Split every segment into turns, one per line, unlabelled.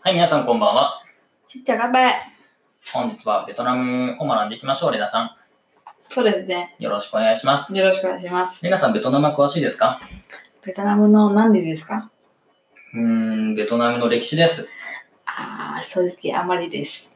はい、皆さんこんばんは。
ちっちゃがばい。
本日はベトナムを学んでいきましょう、レナさ
そうですね。
ん。よろしくお願いします。
よろしくお願いします。
レナさん、ベトナムは詳しいですか
ベトナムのなんでですか
うーん、ベトナムの歴史です。
ああ、正直あまりです。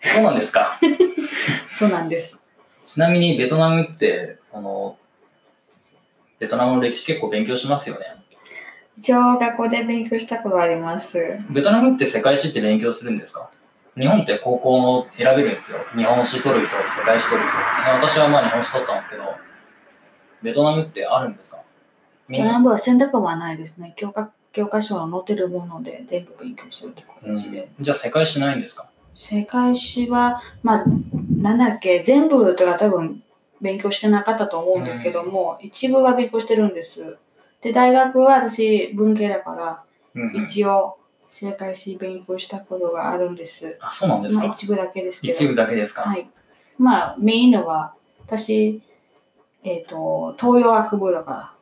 そうなんですか
そうなんです。
ちなみにベトナムって、その、ベトナムの歴史結構勉強しますよね。
一応学校で勉強したことあります。
ベトナムって世界史って勉強するんですか日本って高校の選べるんですよ。日本史取る人、世界史取る人。私はまあ日本史取ったんですけど、ベトナムってあるんですか
ベトナムは選択はないですね。教科教科書の載ってるもので全部勉強するって
うん
感じで。
じゃあ世界史ないんですか
世界史は、まあ、なんだっけ、全部とか多分勉強してなかったと思うんですけども、一部は勉強してるんです。で、大学は私、文系だから、
うんうん、
一応、世界史勉強したことがあるんです。
あ、そうなんです
まあ、
か
一部だけですけど。
一部だけですか、
はい。まあ、メインのは、私、えっ、と、東洋学部だか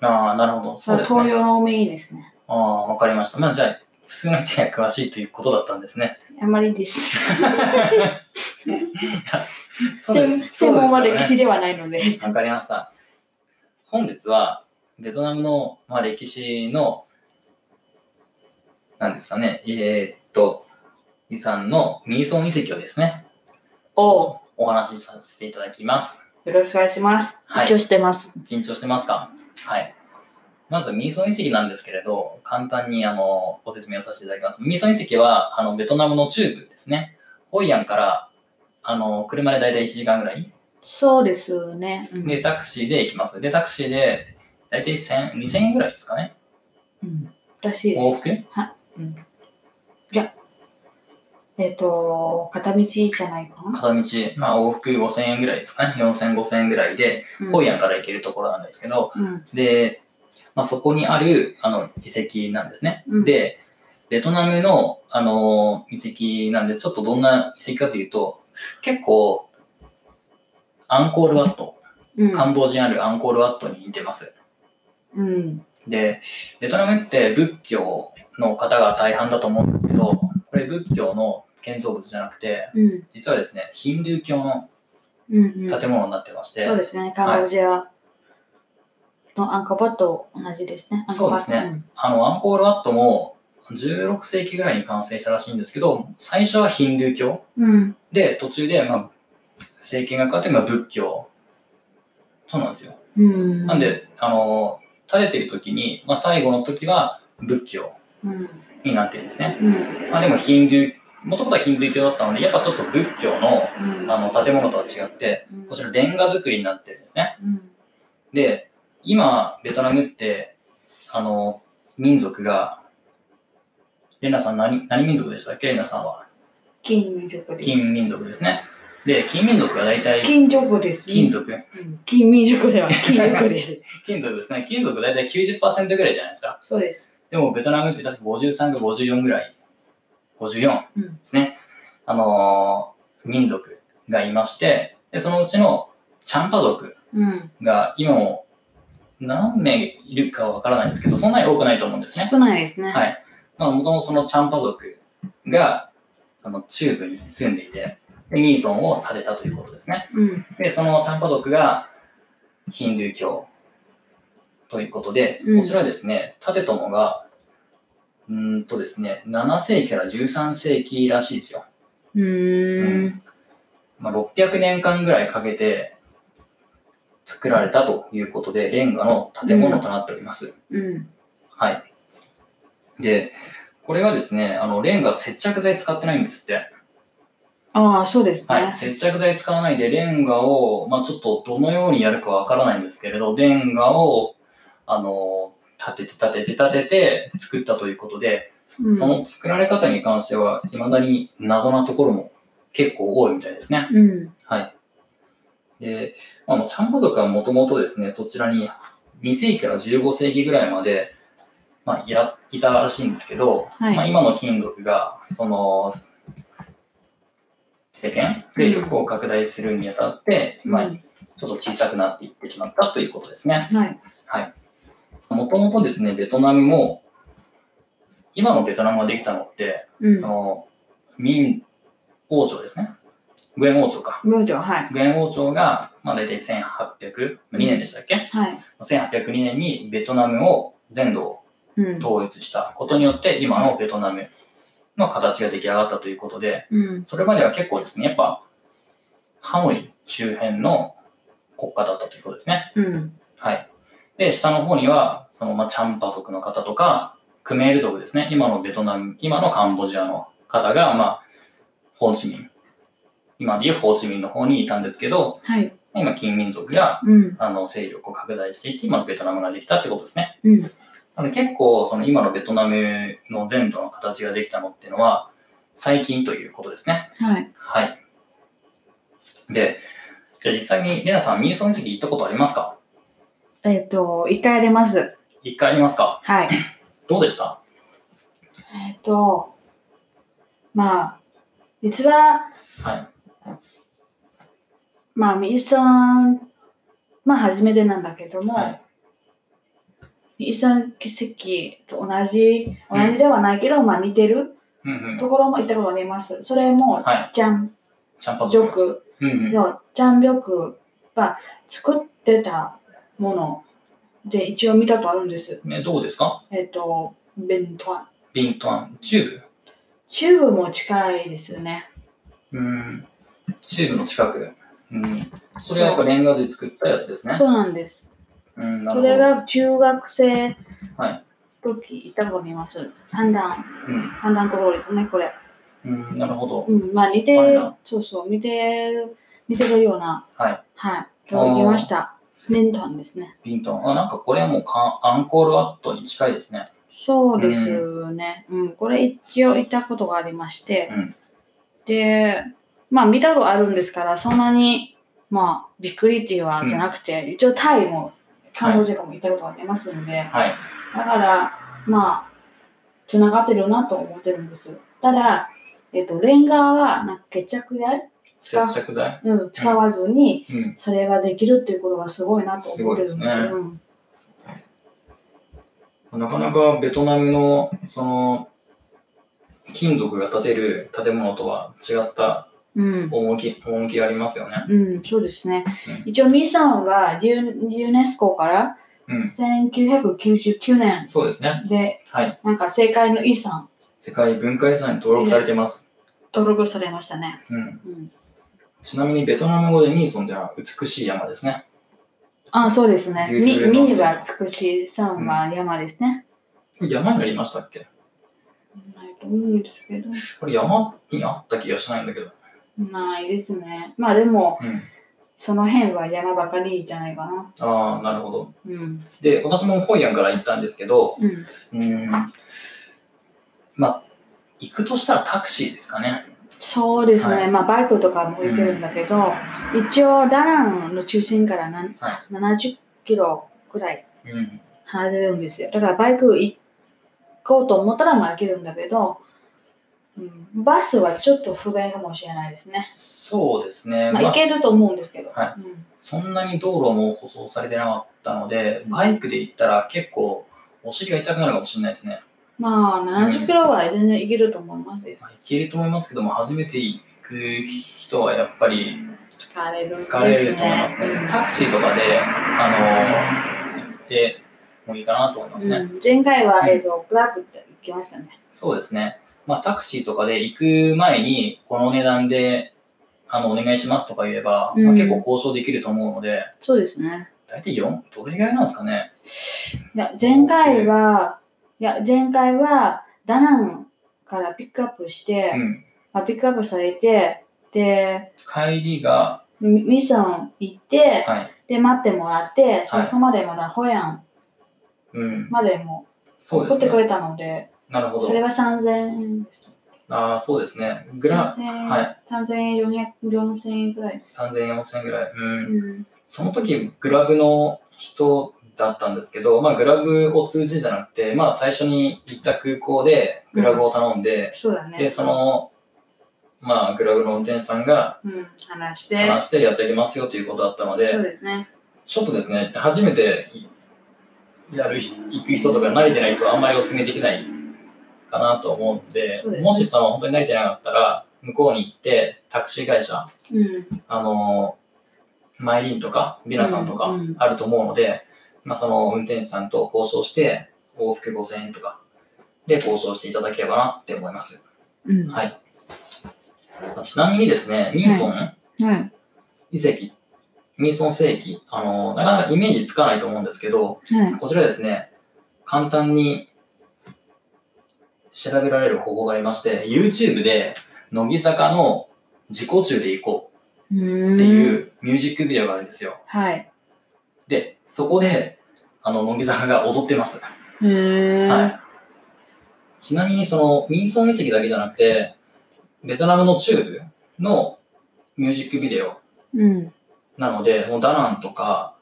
ら。
ああ、なるほど。そうです
東
ね。
洋のメインですね。
ああ、わかりました。まあ、じゃあ、普通の人には詳しいということだったんですね。
あま りです。
そうです。
専門は
そう
歴
ですよ
史ではないので。
ね。わかりました。本日は、ベトナムの、まあ、歴史の、なんですかね、えーっと、遺産のミーソン遺跡をですね、
おう
お話しさせていただきます。
よろしくお願いします。
はい
一応してます。
緊張してますかはい。まず、ミーソン遺跡なんですけれど、簡単にあのご説明をさせていただきます。ミーソン遺跡はあのベトナムの中部ですね。ホイアンからあの車で大体1時間ぐらい。
そうですね。うん
で、タクシーで行きます。で、タクシーで大体1000 2000円ぐらいですかね。
うん、らしいで
往
す。
復
うん、いや、えっ、と、片道じゃないかな。
片道、まあ往復5000円ぐらいですかね。4000、5000円ぐらいで、ホイアン
ん。
から行けるところなんですけど、
うん。
で、まあ、そこにあるあの遺跡なんですね。
うん、
で、ベトナムの、あの遺跡なんで、ちょっとどんな遺跡かというと、結構、アンコールワット、
うん、
カンボジアにあるアンコールワットに似てます。
うん。
で、ベトナムって仏教の方が大半だと思うんですけど、これ仏教の建造物じゃなくて、
うん。
実はですね、ヒンドゥー教の
うん。うん。
建物になってまして、
そうですね。カンボジアのアンカバと同じですね。
そうですね
アンカバット。
あの、アンコールワットも16世紀ぐらいに完成したらしいんですけど、最初はヒンドゥー教
うん。
で、途中で、まあ、政権が変わって、まあ、仏教。そうなんですよ。
うん。
なん、で、あの、垂れてる時に、まあ、最後の時は仏教
うん。
になってるんですね。
うん。
まあ、でも、ヒンドゥー、もともとはヒンドゥー教だったので、やっぱちょっと仏教の、
うん。
あの、建物とは違って、
うん、
こちら、レンガ作りになってるんですね。
うん。
で、今、ベトナムって、あの、民族が、レナさん何、何民族でしたっけレナさんは。
金属です。
金民族ですね。で、金民族は大体、
金属です。
金。属。
うん、金民族では 金属です。
金属ですね。金属大体90%ぐらいじゃないですか。
そうです。
でもベトナムって確か53か54ぐらい、54
うん
ですね。あのー民族がいまして、でそのうちのチャンパ族
うん。
が今も何名いるかわからないんですけど、そんなに多くないと思うんですね。
少ないですね。
はいまあ、もともとそのチャンパ族が、その中部に住んでいて、でミーソンを建てたということですね。
うん。
で、そのタンパ族がヒンドゥー教ということで、
うん
こちらですね、建てたのが、うーんとですね、7世紀から13世紀らしいですよ。
うーん。
まあ、600年間ぐらいかけて作られたということで、レンガの建物となっております。
うん。
はい。で、これがですね、あの、レンガ接着剤使ってないんですって。
ああ、そうですね。
はい、接着剤使わないでレンガを、まあ、ちょっとどのようにやるかわからないんですけれどレンガをあの立てて立てて立てて作ったということで、
うん、
その作られ方に関しては未だに謎なところも結構多いみたいですね。
うん。
はい、で、まあ、もうチャンパ族はもともとですねそちらに2世紀から15世紀ぐらいまで、まあ、いらいたらしいんですけど、
はい
まあ、今の金属がその政権勢力を拡大するにあたって、まあ、
うん
ちょっと小さくなっていってしまったということですね。
はい。
もともとですねベトナムも今のベトナムができたのって、
うん
そ。の、明王朝ですね。グエン王朝か。
明朝、はい。
グエン王朝が、まあ大体1802年でしたっけ、
はい。
?1802 年にベトナムを全土を
うん。
統一したことによって、今のベトナムの形が出来上がったということで、
うん。
それまでは結構ですね、やっぱ、ハノイ周辺の国家だったということですね。
うん。
はい。で、下の方には、その、まあ、チャンパ族の方とか、クメール族ですね。今のベトナム、今のカンボジアの方が、まあ、ホーチミン。今でいうホーチミンの方にいたんですけど、
はい。
今、金民族が、
うん。
あの、勢力を拡大していって、今のベトナムができたってことですね。
うん。
なので結構、その、今のベトナムの全土の形ができたのっていうのは、最近ということですね。
はい。
はい。で、じゃあ実際に、レナさん、ミーソン遺跡行ったことありますか
えっ、と、一回やります。
一回ありますか
はい。
どうでした
えっ、と、まあ、実は、
はい。
まあ、みゆさん、まあ、初めてなんだけども、
はい。
みゆさん奇跡と同じ、同じではないけど、まあ、似てる
うんうん。
ところも行ったことあります。それも、
はい。
ジャン
チャンパ
ジョ
族。
ク
うんうん。
の、ジャンビョクは作ってたもので、一応見たことあるんです。
ね、どうですか
えっ、と、ベントワン。
ビントワン、チュー
チューブも近いですよね。
ブうん。チューブの近く。うん。それはやっぱレンガで作ったやつですね。
そうなんです。
うん、なる
そ
ほど。
れが中学生
はい
時いたと思います。判断、
うん。
判断ところですね、これ。
うん、なるほど。
うん、まあ似て
判
る
断、
そうそう、似てる、似てるような、
はい。
はい、と言いました。メンタンですね。
ビントワン。あ、なんかこれはもうかアンコールワットに近いですね。
そうですね。うん、これ一応行ったことがありまして、
うん
で、まあ見たことあるんですから、そんなに、まあ、びっくりっていうはじゃなくて、一応タイも、カンボジアも行ったことがありますので、
はい。
だから、まあ、つながってるなと思ってるんです。ただ、えっと、レンガはなんか決着剤
接着剤。
うん、使わずに、
うん。
それができるっていうことがすごいなと思ってる
す
んです
ごいですね
よ。
なかなかベトナムの、その、金属が建てる建物とは違った
うん。
趣き、趣がありますよね。
うん、うん、そうですね。
う
一応、ミーさんはユユネスコから
うん。
1999年
そうですね。
で、
はい。
なんか世界の遺産
世界文化遺産に登録されてます。
登録されましたね。
うん。
うん、
ちなみにベトナム語でミーソンってのは美しい山ですね。
あ、そうですね。ミ
YouTube
ミは美しい、さんは山ですね。
これ山にありましたっけ
ないと思うんですけど。
これ山にあった気がしないんだけど。
ないですね。まあでも、
うん。
その辺は山ばかりじゃないかな。
ああ、なるほど。
うん。
で、私もホイアンから行ったんですけど、
うん。
うーん。まあ、行くとしたらタクシーですかね。
そうですね。
はい
まあバイクとかも行けるんだけど、一応ダナンの中心からな、
は
70キロぐらい
うん。
離れるんですよ。だからバイク行こうと思ったらまあ行けるんだけど、うん、バスはちょっと不便かもしれないですね。
そうですね。
まあ行けると思うんですけど。
は
うん
そんなに道路も舗装されてなかったので、バイクで行ったら結構お尻が痛くなるかもしれないですね。
まあ70キロは全然行けると思いますよ。
まあ、行けると思いますけども、初めて行く人はやっぱり
疲れるんですね。
疲れると思いますね。
うん
タクシーとかで、あの行ってもいいかなと思いますね。
うん、前回は、
うん
えっ、と、クラークって行きましたね。
そうですね。まあ、タクシーとかで行く前に、この値段で、あの、お願いしますとか言えば、ま
う
あ、
ん
結構交渉できると思うので、
そうですね。
大体4、どれぐらいなんですかね。
いや、前回は、いや、前回は、ダナンからピックアップして、
うん。
まあ、ピックアップされて、で、
帰りが、
ミミッション行って、
はい。
で、待ってもらって、そこまでまだホヤン
うん。
までも
そう
送
で
っ
す
てく
ね。
れたので、
なるほ
そ
ど。
れは3000円です。
ああ、そうですね。グラ
3000円、
はい
3000円、400 4000円くらいです。
3000円、4000円ぐらい。う。
うんん、
その時、グラブの人だったんですけど、まあ、グラブを通じじゃなくて、まあ、最初に行った空港で、グラブを頼んで、
そうだね。
で、その、まあ、グラブの運転手さんが
うん、話して、
話してやっていきますよということだったの
そう
で、
ですね。
ちょっとですね、初めてやる人、行く人とか慣れてない人はあんまりお勧めできないかなと思うんで、
そうですね
もしその本当に慣れてなかったら、向こうに行って、タクシー会社、
うん。
あのマイリンとか、ビナさんとか
うんうん
あると思うので、まあ、その運転手さんと交渉して、往復5000円とかで交渉していただければなって思います。
うん。
はいちなみにですね、ミーソン、
はい。
遺跡、ミーソン世紀、あの、なかなかイメージつかないと思うんですけど、
はい。
こちらですね、簡単に調べられる方法がありまして、YouTube で乃木坂の自己中で行こ
うーん。
うっていうミュージックビデオがあるんですよ。
はい。
で、そこで、あの、乃木坂が踊ってます。
へえ。
はい。ちなみに、その、ミーソン遺跡だけじゃなくて、ベトナムの中部のミュージックビデオ、
うん。
なので、そのダナンとか、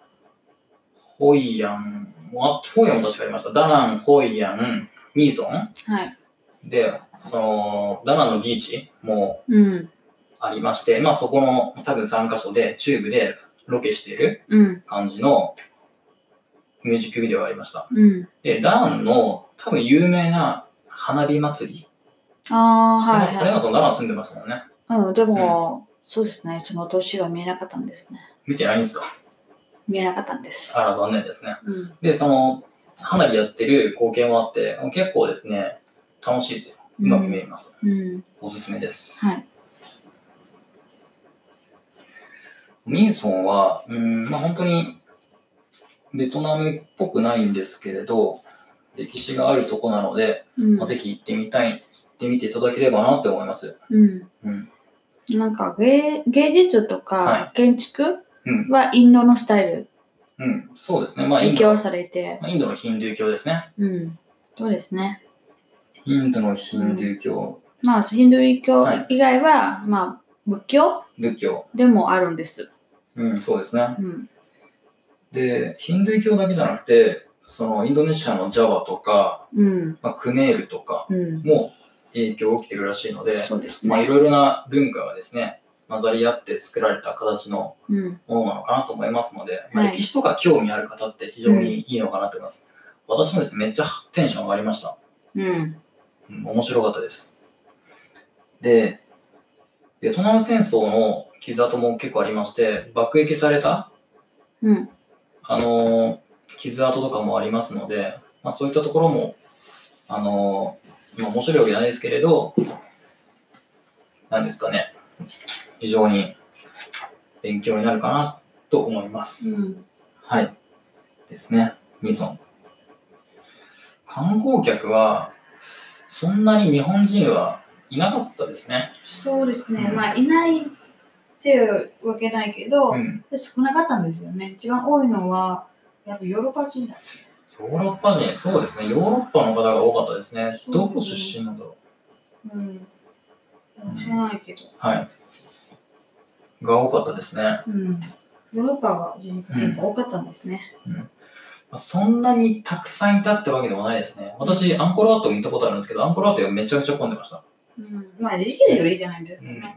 ホイアン、あホイアンも確かありました。ダナン、ホイアン、ミーソン
はい。
で、その、ダナンのビーチも
うん。
ありまして、まあそこの多分3カ所で、チューブでロケしている
うん。
感じのミュージックビデオがありました。
うん。
で、ダナンの多分有名な花火祭り。
ああ、
知ってますあ
は
れ
い
がそのダナン住んでますもんね。
はい。うん。でも、そうですね。その年は見えなかったんですね。
見てないんですか
見えなかったんです。
あら、残念ですね。
うん。
で、その、花火やってる光景もあって、結構ですね、楽しいですよ。うまく見えます。
うん。
おすすめです。
はい。
ミンソンは、うん、まあ本当に、ベトナムっぽくないんですけれど、歴史があるとこなので、
うん
まあ、ぜひ行ってみたい、行ってみていただければなって思います。
うん。
うん。
なんか芸芸術と
は
か建築
うん。
はインドのスタイル
うん。そうですね。まあ、イン
影
ド
響されて、
まあインドのヒンドゥー教ですね。
うん、そうですね。
インドのヒンドゥー教、
まあヒンドゥー教
はい
以外は、まあ仏教
仏教。
でもあるんです。
うん、そうですね。
うん、
で、ヒンドゥー教だけじゃなくて、そのインドネシアのジャワとか、
うん、
まあ、クメールとか
うん、
も影響を受けてるらしいので、
そうです
まあ、い
ね。
ろいろな文化がですね、混ざり合って作られた形の
うん、
ものなのかなと思いますので、まあ
はい
歴史とか興味ある方って非常にいいのかなと思います。私もですね、めっちゃテンション上がりました。
うん、
うん、面白かったです。で、ベトナム戦争の傷跡も結構ありまして、爆撃された
うん、
あのー傷跡とかもありますので、まあ、そういったところも、あのーまあ、面白いわけじゃないですけれど、なんですかね、非常に勉強になるかなと思います。
うん、
はい。ですね、ミーソン。観光客は、そんなに日本人はいなかったですね。
そうです
ね
ね。
ま
まあいないっていうわけないけど
う、ん。
少なかったんですよね。一番多いのはやっぱヨーロッパ人だ。
ヨーロッパ人、そうですね、ヨーロッパの方が多かったですね。
そうですね
どこ出身なんだろう。
うん、
知
知
ら
らないけど。
はい。が多かったですね。
うん、ヨーロッパは人口が多かったんですね。
そんなにたくさんいたってわけでもないですね。私、アンコールワット見たことあるんですけど、アンコールワットがめちゃくちゃ混んでました。
うん、まあ時期ではいいじゃないです
う
かね。
ん、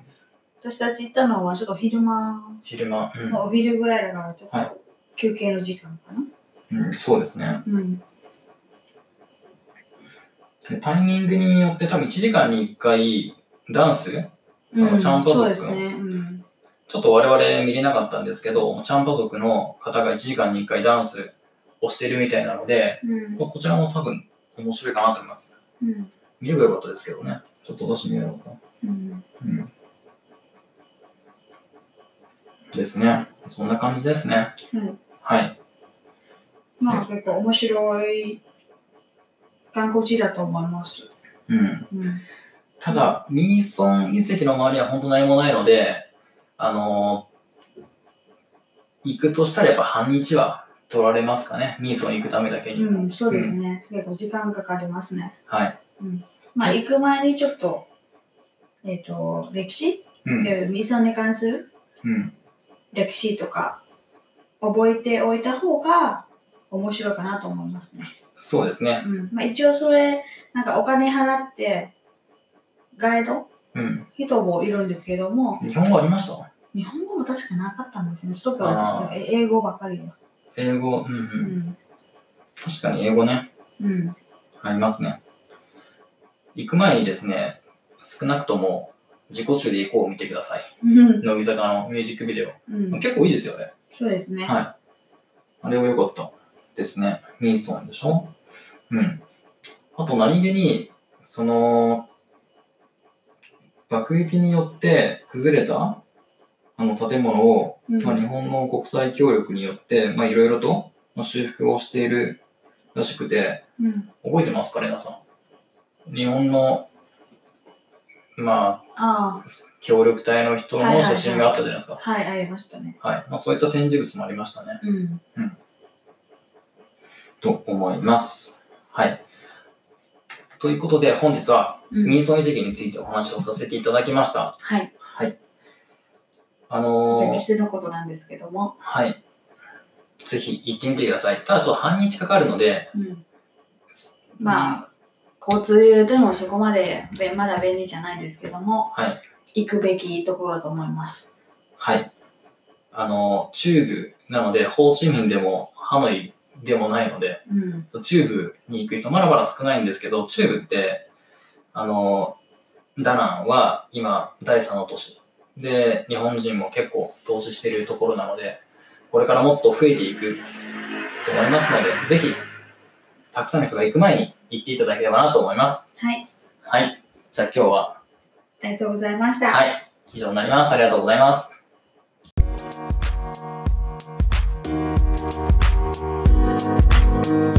私たち行ったのはちょっと昼間、
昼間、
まあお昼ぐらいだからちょっ
は
と休憩の時間かな。
うんうんそうですね
うん。
でタイミングによって多分1時間に1回ダンス、そのチャンパ
うん、そ
族
う
の、
ですね。うん。
ちょっと我々見れなかったんですけど、チャンパ族の方が1時間に1回ダンスをしてるみたいなので、
うん
まあこちらも多分面白いかなと思います。
うん。
見ればよかったですけどね。ちょっと私見れなかった。
うん。
うんですね。そんな感じですね。
うん
はい。
まあ結構面白い観光地だと思います。
うん、
うん。
ただ、ミーソン遺跡の周りは本当何もないので、あのー行くとしたらやっぱ半日は取られますかね。ミーソン行くためだけに。
うん、そうですね。結構時間かかりますね。
はい。
まあ
は
行く前にちょっと、えっ、と、歴史っ
う
て
ん。
いうミソンに関する
うん。
歴史とか覚えておいた方が面白いかなと思いますね。
そうですね。
うんまあ、一応それなんかお金払ってガイド
うん。
人もいるんですけども
日本語ありました
日本語も確かなかったんですね首都圏
あ
は英語ばかりだ
英語、うんう。
うんん
確かに英語ね。
うん
ありますね。行く前にですね、少なくとも自己中で行こうを見てください。
うん。
乃木坂のミュージックビデオ。
うん。
結構いいですよね。
そうですね。
はい。あれは良かったですね。ミーソンでしょうん。あと何気に、その、爆撃によって崩れたあの建物を
うん
まあ、日本の国際協力によって、まあ、いろいろとまあ修復をしているらしくて、
うん。
覚えてますか、レナさん。日本の、ま
あ
あ、協力隊の人の写真があったじゃないです
あ、
か。
はい、ありましたね。
はい。まあ、そういった展示物もありましたね。
うん。
と思います。はい。ということで、本日は、
う
民
ん、
村遺跡についてお話をさせていただきました。
はい。
はい。あのー
歴、史のことなんですけども。
はい。ぜひ行ってみてください。ただ、ちょっと半日かかるので、
うん。まあ、交通でもそこまでべまだ便利じゃないですけども、
はい
行くべきところだと思います。
はい。あの、中部なので、ホーチミンでもハノイでもないので、
うん。
そう中部に行く人まだまだ少ないんですけど、中部って、あの、ダナンは今第3の都市。で、日本人も結構投資しているところなので、これからもっと増えていくと思いますので、ぜひ、たくさんの人が行く前に行っていただければなと思います。
はい。
はい。じゃあ今日は、
ありがとうございました。
はい。以上になります。ありがとうございます。
「